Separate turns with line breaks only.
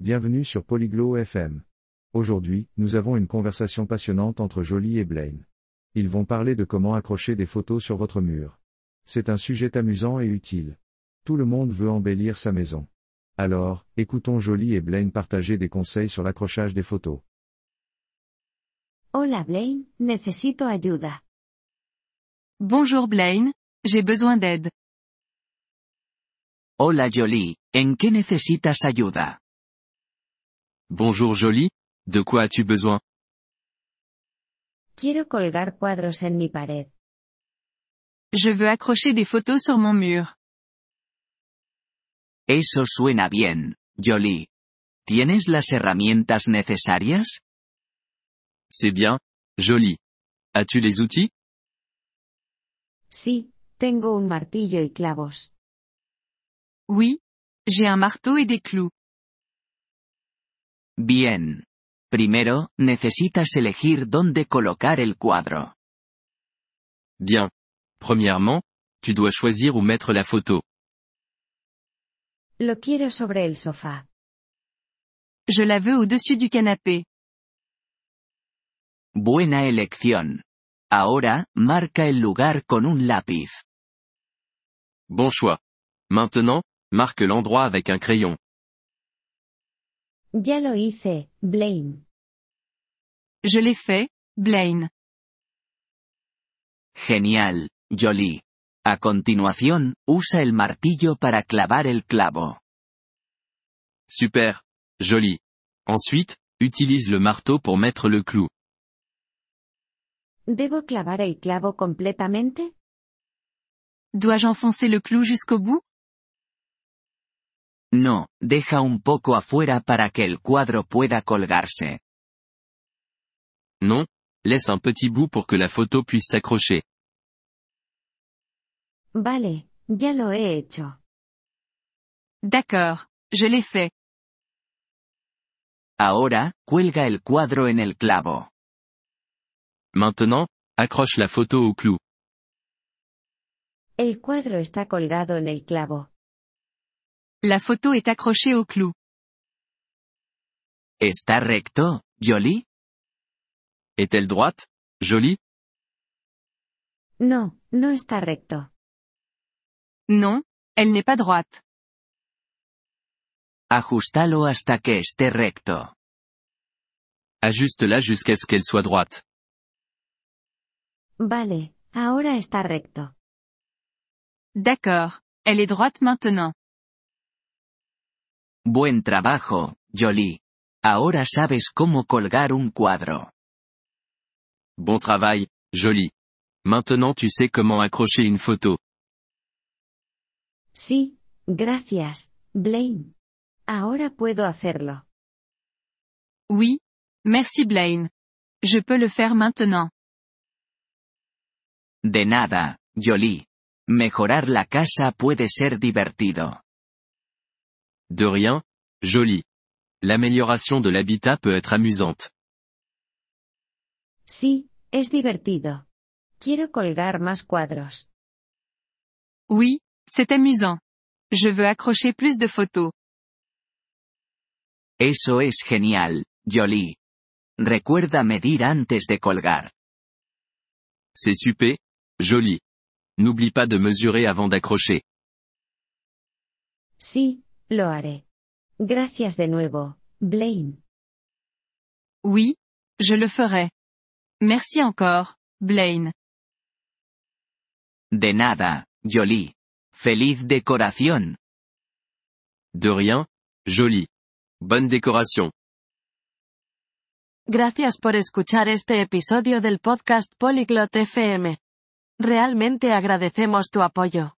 Bienvenue sur Polyglot FM. Aujourd'hui, nous avons une conversation passionnante entre Jolie et Blaine. Ils vont parler de comment accrocher des photos sur votre mur. C'est un sujet amusant et utile. Tout le monde veut embellir sa maison. Alors, écoutons Jolie et Blaine partager des conseils sur l'accrochage des photos.
Hola Blaine, necesito ayuda.
Bonjour Blaine, j'ai besoin d'aide.
Hola Jolie, ¿en qué necesitas ayuda?
Bonjour Jolie, de quoi as-tu besoin
Quiero colgar cuadros en mi pared.
Je veux accrocher des photos sur mon mur.
Eso suena bien, Jolie. ¿Tienes las herramientas necesarias?
C'est bien. Jolie. As-tu les outils
Sí, tengo un martillo y clavos.
Oui. J'ai un marteau et des clous.
Bien. Primero, necesitas elegir dónde colocar el cuadro.
Bien. Premièrement, tu dois choisir où mettre la photo.
Lo quiero sobre el sofá.
Je la veux au-dessus du canapé.
Buena elección. Ahora, marca el lugar con un lápiz.
Bon choix. Maintenant, marque l'endroit avec un crayon.
Ya lo hice, Blaine.
Je l'ai fait, Blaine.
Genial, Jolie. A continuación, usa el martillo para clavar el clavo.
Super. Jolie. Ensuite, utilise le marteau pour mettre le clou.
¿Debo clavar el clavo completamente?
Dois-je enfoncer le clou jusqu'au bout
No, deja un poco afuera para que el cuadro pueda colgarse.
Non Laisse un petit bout pour que la photo puisse s'accrocher.
Vale, ya lo he hecho.
D'accord. Je l'ai fait.
Ahora, cuelga el cuadro en el clavo.
Maintenant, accroche la photo au clou.
El cuadro está colgado en el clavo.
La photo est accrochée au clou.
¿Está recto, Jolie?
Est-elle droite Jolie
No, no está recto.
Non, elle n'est pas droite.
Ajustalo hasta que esté recto.
Ajuste-la jusqu'à ce qu'elle soit droite.
Vale, ahora está recto.
D'accord. Elle est droite maintenant.
Buen trabajo, Jolie. Ahora sabes cómo colgar un cuadro.
Bon travail, Jolie. Maintenant tu sais comment accrocher une photo.
Sí, gracias, Blaine. Ahora puedo hacerlo.
Oui. Merci Blaine. Je peux le faire maintenant.
De nada, Jolie. Mejorar la casa puede ser divertido.
De rien Jolie. L'amélioration de l'habitat peut être amusante.
Sí, es divertido. Quiero colgar más cuadros.
Oui, c'est amusant. Je veux accrocher plus de photos.
Eso es genial, Jolie. Recuerda medir antes de colgar.
C'est super Jolie. N'oublie pas de mesurer avant d'accrocher.
Sí, lo haré. Gracias de nuevo, Blaine.
Oui, je le ferai. Merci encore, Blaine.
De nada, Jolie. Feliz decoración.
De rien Jolie. Bonne décoration.
Gracias por escuchar este episodio del podcast Polyglot FM. Realmente agradecemos tu apoyo.